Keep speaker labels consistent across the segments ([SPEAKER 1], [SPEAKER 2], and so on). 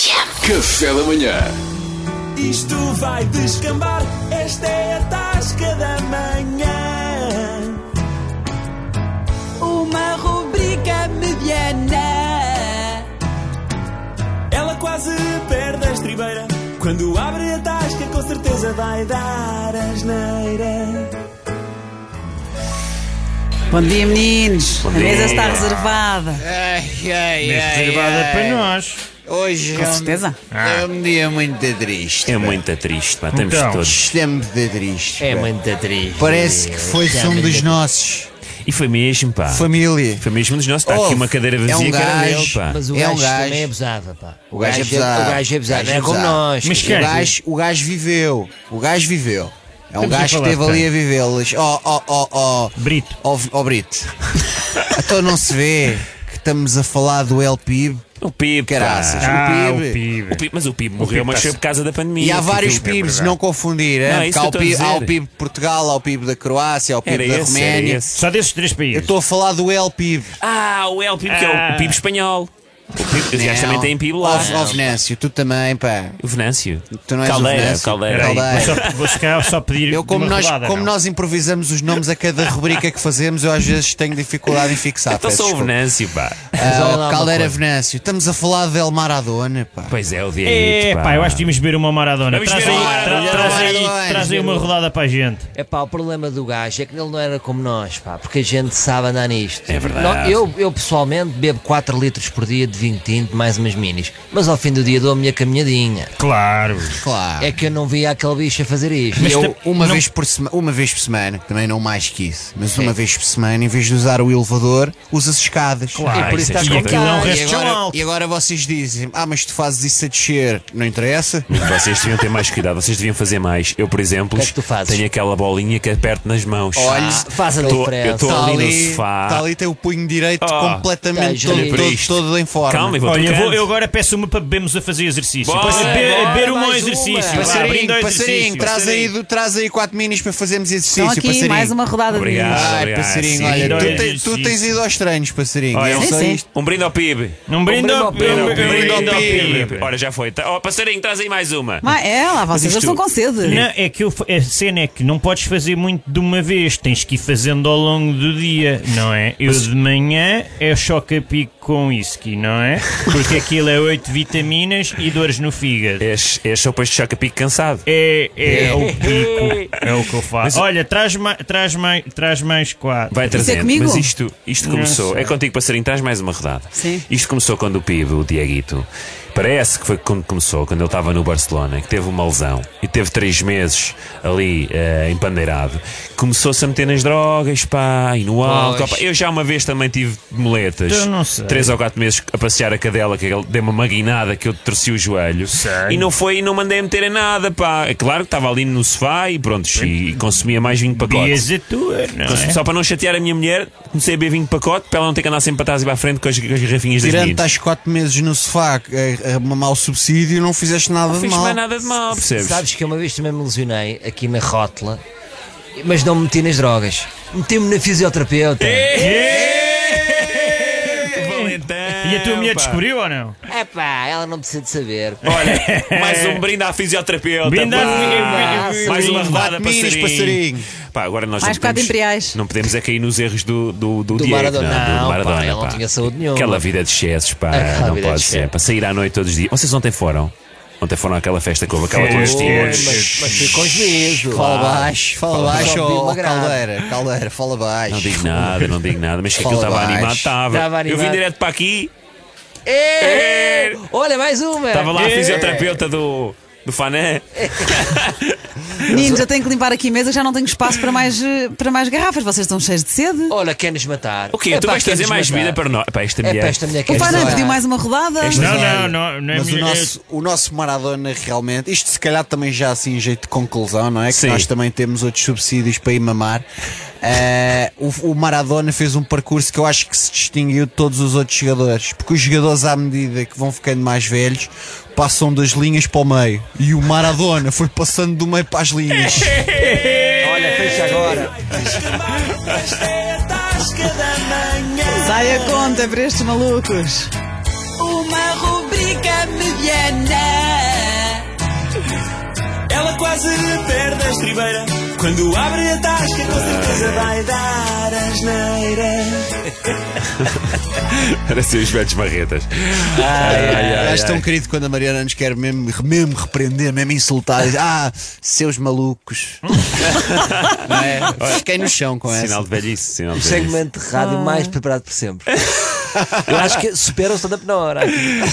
[SPEAKER 1] Café da manhã.
[SPEAKER 2] Isto vai descambar, esta é a tasca da manhã.
[SPEAKER 3] Uma rubrica mediana.
[SPEAKER 2] Ela quase perde a estribeira. Quando abre a tasca, com certeza vai dar asneira.
[SPEAKER 3] Bom dia, meninos. a mesa está reservada.
[SPEAKER 4] Ai, ai,
[SPEAKER 5] Mas
[SPEAKER 4] ai,
[SPEAKER 5] reservada
[SPEAKER 4] ai.
[SPEAKER 5] para nós.
[SPEAKER 4] Hoje
[SPEAKER 3] Com
[SPEAKER 4] é um-
[SPEAKER 3] certeza.
[SPEAKER 4] é um dia muito triste.
[SPEAKER 6] É muito triste, pá. Estamos
[SPEAKER 5] Então.
[SPEAKER 6] todos.
[SPEAKER 4] Estamos de triste.
[SPEAKER 7] É
[SPEAKER 4] pá.
[SPEAKER 7] muito triste.
[SPEAKER 4] Parece que foi-se um dos nossos.
[SPEAKER 6] E foi mesmo, pá. Foi,
[SPEAKER 4] Família.
[SPEAKER 6] mesmo dos nossos. Está Tá aqui
[SPEAKER 4] Houve.
[SPEAKER 6] uma cadeira
[SPEAKER 4] É
[SPEAKER 6] vazia
[SPEAKER 4] um
[SPEAKER 6] que era
[SPEAKER 4] gajo,
[SPEAKER 6] dele, pá.
[SPEAKER 7] Mas o
[SPEAKER 4] É um
[SPEAKER 7] gajo,
[SPEAKER 4] gajo.
[SPEAKER 7] também é pesado, pá.
[SPEAKER 4] O gajo é pesado.
[SPEAKER 7] O gajo é
[SPEAKER 4] O
[SPEAKER 7] pesado,
[SPEAKER 4] gajo
[SPEAKER 7] não
[SPEAKER 4] é
[SPEAKER 7] é como
[SPEAKER 4] pesado.
[SPEAKER 7] nós.
[SPEAKER 5] Mas
[SPEAKER 4] O
[SPEAKER 5] quem?
[SPEAKER 4] gajo, o gajo viveu. O gajo viveu. É um
[SPEAKER 5] Estamos a
[SPEAKER 4] gajo que
[SPEAKER 5] falar de
[SPEAKER 4] esteve ali
[SPEAKER 5] quem?
[SPEAKER 4] a vivê-las. Oh, Ó, ó, ó, ó.
[SPEAKER 5] Brito.
[SPEAKER 4] Ó, vi- ó, Oh, Brito. então não se vê que estamos a falar do El PIB.
[SPEAKER 6] O PIB,
[SPEAKER 4] Caraças.
[SPEAKER 6] pá.
[SPEAKER 5] Ah,
[SPEAKER 4] PIB.
[SPEAKER 5] o PIB.
[SPEAKER 6] O PIB, mas o PIB morreu, mas foi por causa da pandemia.
[SPEAKER 4] E há
[SPEAKER 6] Foi
[SPEAKER 4] vários
[SPEAKER 6] aquilo-
[SPEAKER 4] PIBs,
[SPEAKER 5] verdade.
[SPEAKER 4] não confundir, hein?
[SPEAKER 6] é Não, é
[SPEAKER 4] Porque
[SPEAKER 6] isso
[SPEAKER 4] há o,
[SPEAKER 6] que eu
[SPEAKER 4] PIB,
[SPEAKER 6] estou a
[SPEAKER 4] há o
[SPEAKER 6] dizer.
[SPEAKER 4] PIB de Portugal, há o PIB da Croácia, há o PIB
[SPEAKER 6] Era
[SPEAKER 4] da
[SPEAKER 6] esse, era
[SPEAKER 4] Roménia.
[SPEAKER 6] esse.
[SPEAKER 5] Só desses três países.
[SPEAKER 4] é Eu estou a falar do El PIB.
[SPEAKER 6] Ah, o El PIB, que é
[SPEAKER 5] Ah.
[SPEAKER 6] o PIB espanhol. O PIB, os gajos
[SPEAKER 4] Não.
[SPEAKER 6] também têm PIB lá.
[SPEAKER 4] Ó, Ó, Venâncio, tu também, pá.
[SPEAKER 6] O Venâncio.
[SPEAKER 4] Tu não és o
[SPEAKER 6] Caldeira,
[SPEAKER 4] Venâncio.
[SPEAKER 6] Caldeira.
[SPEAKER 5] Espera aí,
[SPEAKER 4] Caldeira.
[SPEAKER 5] vou só- vou chegar só pedir
[SPEAKER 4] Eu, como,
[SPEAKER 5] uma
[SPEAKER 4] nós,
[SPEAKER 5] rodada,
[SPEAKER 4] como
[SPEAKER 5] não.
[SPEAKER 4] nós improvisamos os nomes a cada rubrica que fazemos, eu às vezes tenho dificuldade em fixar.
[SPEAKER 6] Então
[SPEAKER 4] peço
[SPEAKER 6] só o
[SPEAKER 4] desculpa.
[SPEAKER 6] Venâncio, pá.
[SPEAKER 4] Ah,
[SPEAKER 7] Resolve lá uma
[SPEAKER 4] Caldeira
[SPEAKER 7] coisa.
[SPEAKER 4] Venâncio, estamos a falar de El Maradona, pá.
[SPEAKER 6] Pois é, o Diego.
[SPEAKER 5] É, pá, eu acho que devíamos beber uma Maradona.
[SPEAKER 6] Vamos
[SPEAKER 5] Traz
[SPEAKER 6] beber
[SPEAKER 5] aí,
[SPEAKER 6] uma
[SPEAKER 5] tra-
[SPEAKER 6] Maradona.
[SPEAKER 5] traz aí,
[SPEAKER 4] Maradona.
[SPEAKER 5] traz aí uma rodada para a gente.
[SPEAKER 7] É pá, o problema do gajo é que ele não era como nós, pá, porque a gente sabe andar nisto.
[SPEAKER 6] É verdade.
[SPEAKER 7] eu, eu pessoalmente bebo 4 litros por dia de vinho tinto, mais umas minis. Mas ao fim do dia dou a minha caminhadinha.
[SPEAKER 5] Claro.
[SPEAKER 4] Claro.
[SPEAKER 7] É que eu não via aquele bicho a fazer isto.
[SPEAKER 5] Mas
[SPEAKER 4] eu,
[SPEAKER 5] tu-
[SPEAKER 4] uma,
[SPEAKER 5] não-
[SPEAKER 4] vez por sema- uma vez por semana, que também não mais que isso, mas uma vez por semana, em vez de usar o elevador, usa-se escadas.
[SPEAKER 5] Claro.
[SPEAKER 7] É por isso que estás
[SPEAKER 5] E
[SPEAKER 7] com
[SPEAKER 5] aquilo é um
[SPEAKER 7] cara.
[SPEAKER 4] E
[SPEAKER 5] resto tão
[SPEAKER 4] agora,
[SPEAKER 5] alto.
[SPEAKER 4] e agora vocês dizem, ah, mas tu fazes isso a descer, não interessa?
[SPEAKER 6] Vocês deviam ter mais cuidado, vocês deviam fazer mais. Eu, por exemplo,
[SPEAKER 7] O que é que tu fazes?
[SPEAKER 6] tenho aquela bolinha que aperto nas mãos.
[SPEAKER 4] Olha,
[SPEAKER 7] Ah, faz a
[SPEAKER 6] Tô-
[SPEAKER 7] diferença.
[SPEAKER 6] eu estou
[SPEAKER 4] Está
[SPEAKER 6] ali,
[SPEAKER 4] Tá ali,
[SPEAKER 6] no sofá.
[SPEAKER 4] está ali, tem o punho direito
[SPEAKER 6] Oh,
[SPEAKER 4] completamente
[SPEAKER 7] tá
[SPEAKER 4] todo,
[SPEAKER 7] giro.
[SPEAKER 4] todo,
[SPEAKER 6] Isto.
[SPEAKER 4] todo em forma.
[SPEAKER 6] Calma, e vou
[SPEAKER 5] Olha, eu, vou-
[SPEAKER 6] tocando.
[SPEAKER 5] eu agora peço uma para bebermos a fazer exercício.
[SPEAKER 6] Bora,
[SPEAKER 5] para beber,
[SPEAKER 6] bora,
[SPEAKER 5] beber um bom
[SPEAKER 7] mais uma.
[SPEAKER 5] exercício. vá,
[SPEAKER 4] Passarinho,
[SPEAKER 5] abrindo ao
[SPEAKER 4] passarinho,
[SPEAKER 5] exercício.
[SPEAKER 4] traz, aí, do- traz aí quatro minis para fazermos exercício,
[SPEAKER 3] Estão aqui
[SPEAKER 4] passarinho.
[SPEAKER 3] mais uma rodada
[SPEAKER 6] Obrigado.
[SPEAKER 3] de meninos.
[SPEAKER 4] Ai,
[SPEAKER 6] Obrigado,
[SPEAKER 4] passarinho,
[SPEAKER 6] Ah, sim.
[SPEAKER 4] olha, tu,
[SPEAKER 5] Olha,
[SPEAKER 4] te- tu
[SPEAKER 5] sim.
[SPEAKER 4] tens ido aos treinos, passarinho.
[SPEAKER 6] Olha,
[SPEAKER 4] é
[SPEAKER 3] Sim,
[SPEAKER 4] só
[SPEAKER 3] sim.
[SPEAKER 4] isto.
[SPEAKER 6] Um brinde ao PIB.
[SPEAKER 5] Um brinde ao
[SPEAKER 6] Brinde ao
[SPEAKER 5] um
[SPEAKER 6] PIB.
[SPEAKER 5] brinde ao PIB.
[SPEAKER 6] Ora, já foi. Tá- Ó, passarinho, traz aí mais uma.
[SPEAKER 3] Mas é lá, vocês
[SPEAKER 6] isto-
[SPEAKER 3] estão com sede.
[SPEAKER 5] Não, é que eu, fa- a cena é que não podes fazer muito de uma vez, tens que ir fazendo ao longo do dia, não é? Eu de manhã é choca pico com whisky, não é? Porque aquilo é 8 vitaminas e dores no fígado.
[SPEAKER 6] És, és só depois de choca-pico cansado.
[SPEAKER 5] É, é, o pico, é o que eu faço. Olha, traz, ma, traz, mais, traz mais quatro.
[SPEAKER 6] Vai
[SPEAKER 3] é
[SPEAKER 6] trazendo.
[SPEAKER 3] comigo?
[SPEAKER 6] Mas isto, isto começou.
[SPEAKER 5] Nossa.
[SPEAKER 6] É contigo, passarinho, traz mais uma rodada.
[SPEAKER 3] Sim.
[SPEAKER 6] Isto começou quando o PIB, o Dieguito, parece que foi quando começou, quando ele estava no Barcelona, que teve uma lesão e teve três meses ali eh, empandeirado. Começou-se a meter nas drogas, pá, e no álcool. pá. Eu já uma vez também tive moletas.
[SPEAKER 5] Eu não sei.
[SPEAKER 6] Três ou quatro meses a passear a cadela, que ele deu uma maguinada que eu torci o joelho.
[SPEAKER 5] Sério?
[SPEAKER 6] E não foi, e não mandei meter em nada, pá. É claro que estava ali no sofá e pronto, e, e consumia mais vinho de pacote.
[SPEAKER 5] Dias a tua, não
[SPEAKER 6] Mas
[SPEAKER 5] é?
[SPEAKER 6] Só para não chatear a minha mulher, comecei a beber vinho de pacote para ela não ter que andar sempre para trás e para a frente com as, com as garrafinhas das
[SPEAKER 4] Tirando-te
[SPEAKER 6] meninas.
[SPEAKER 4] às quatro meses no sofá é, a, a mamar o subsídio, não fizeste nada
[SPEAKER 6] Não
[SPEAKER 4] de
[SPEAKER 6] fiz
[SPEAKER 4] mal.
[SPEAKER 6] mais nada de mal, percebes?
[SPEAKER 7] Sabes que eu uma vez também me lesionei aqui na rótula, mas não me meti nas drogas. Meti-me na fisioterapeuta.
[SPEAKER 6] É. Valentão,
[SPEAKER 5] E a tua mulher
[SPEAKER 6] pá.
[SPEAKER 5] descobriu ou não?
[SPEAKER 7] É pá, ela não precisa de saber.
[SPEAKER 6] Olha, mais um brinde à fisioterapeuta.
[SPEAKER 5] Brinde à
[SPEAKER 6] pá.
[SPEAKER 5] fisioterapeuta.
[SPEAKER 6] Mais uma rodada
[SPEAKER 4] Quatro minis,
[SPEAKER 6] passarinho.
[SPEAKER 4] passarinho.
[SPEAKER 6] Pá, agora nós
[SPEAKER 3] Mais
[SPEAKER 6] não
[SPEAKER 3] quatro
[SPEAKER 6] podemos,
[SPEAKER 3] imperiais.
[SPEAKER 6] Não podemos é cair nos erros do, do, do,
[SPEAKER 7] Do
[SPEAKER 6] Diego,
[SPEAKER 7] Maradona.
[SPEAKER 6] Não,
[SPEAKER 7] Não,
[SPEAKER 6] do
[SPEAKER 7] pá,
[SPEAKER 6] Maradona,
[SPEAKER 7] ele não
[SPEAKER 6] pá.
[SPEAKER 7] tinha saúde nenhuma.
[SPEAKER 6] Aquela vida de excessos, pá.
[SPEAKER 7] Aquela
[SPEAKER 6] não
[SPEAKER 7] vida
[SPEAKER 6] pode
[SPEAKER 7] de
[SPEAKER 6] ser.
[SPEAKER 7] excessos.
[SPEAKER 6] Para sair à noite todos os dias. Vocês ontem foram? Ontem foram àquela festa que houve aquela com os
[SPEAKER 5] Oi,
[SPEAKER 7] Oi,
[SPEAKER 6] tios.
[SPEAKER 7] mas, um mas fui com os medos.
[SPEAKER 4] Fala baixo, fala baixo,
[SPEAKER 7] Só vi
[SPEAKER 4] ó,
[SPEAKER 7] uma
[SPEAKER 4] ó,
[SPEAKER 7] grade.
[SPEAKER 4] caldeira, caldeira, fala baixo.
[SPEAKER 6] Não digo nada, não digo nada, mas que
[SPEAKER 4] Fala
[SPEAKER 6] aquilo estava
[SPEAKER 4] baixo.
[SPEAKER 6] animado, estava.
[SPEAKER 7] Estava
[SPEAKER 6] Eu vim
[SPEAKER 7] animado.
[SPEAKER 6] direto para aqui,
[SPEAKER 7] É. Olha, mais uma.
[SPEAKER 6] estava lá a
[SPEAKER 7] É.
[SPEAKER 6] fisioterapeuta do, do Fané.
[SPEAKER 3] Meninos, eu tenho que limpar aqui a mesa, já não tenho espaço para mais, eh, para mais garrafas. Vocês estão cheios de sede.
[SPEAKER 7] Olha, quer-nos matar.
[SPEAKER 6] O quê?
[SPEAKER 7] É
[SPEAKER 6] tu
[SPEAKER 7] pá,
[SPEAKER 6] vais trazer
[SPEAKER 7] quer-nos
[SPEAKER 6] mais
[SPEAKER 7] matar.
[SPEAKER 6] vida para nós? Para esta
[SPEAKER 7] É
[SPEAKER 6] mulher.
[SPEAKER 7] para esta mulher que
[SPEAKER 3] O
[SPEAKER 7] é
[SPEAKER 3] Fernando
[SPEAKER 4] olha.
[SPEAKER 3] pediu mais uma rodada.
[SPEAKER 6] Esta-
[SPEAKER 5] Não,
[SPEAKER 4] Mas
[SPEAKER 5] não,
[SPEAKER 4] olha,
[SPEAKER 5] não, não é
[SPEAKER 4] mas o
[SPEAKER 5] minha-
[SPEAKER 4] nosso, o nosso Maradona realmente, isto se calhar também já assim em jeito de conclusão, não é? Que
[SPEAKER 6] Sim.
[SPEAKER 4] nós também temos outros subsídios para ir mamar. Eh, o, o Maradona fez um percurso que eu acho que se distinguiu de todos os outros jogadores, porque os jogadores, à medida que vão ficando mais velhos, passam das linhas para o meio e o Maradona foi passando do meio para as linhas.
[SPEAKER 7] Olha, fecha agora.
[SPEAKER 2] Descambar, esta é a tasca da manhã.
[SPEAKER 3] Sai a conta para estes malucos. Uma rubrica mediana.
[SPEAKER 2] quase perde a estribeira. Quando abre a tasca, com certeza vai dar asneira.
[SPEAKER 7] é.
[SPEAKER 6] Parecem assim os velhos marretas.
[SPEAKER 4] Eu acho tão querido quando a Mariana nos quer mesmo, mesmo repreender, mesmo insultar. Diz, Ah, seus malucos. Não é? Fiquei no chão com
[SPEAKER 6] Sinal
[SPEAKER 4] essa.
[SPEAKER 6] de velhice, sinal de
[SPEAKER 7] O
[SPEAKER 6] velhice.
[SPEAKER 7] segmento de rádio mais preparado por sempre. Eu acho que supera o stand-up na hora. aqui, né?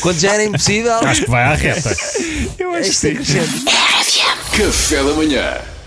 [SPEAKER 7] Quando já era impossível,
[SPEAKER 5] Acho que vai à reta.
[SPEAKER 7] é isto é crescente.
[SPEAKER 1] Café da Manhã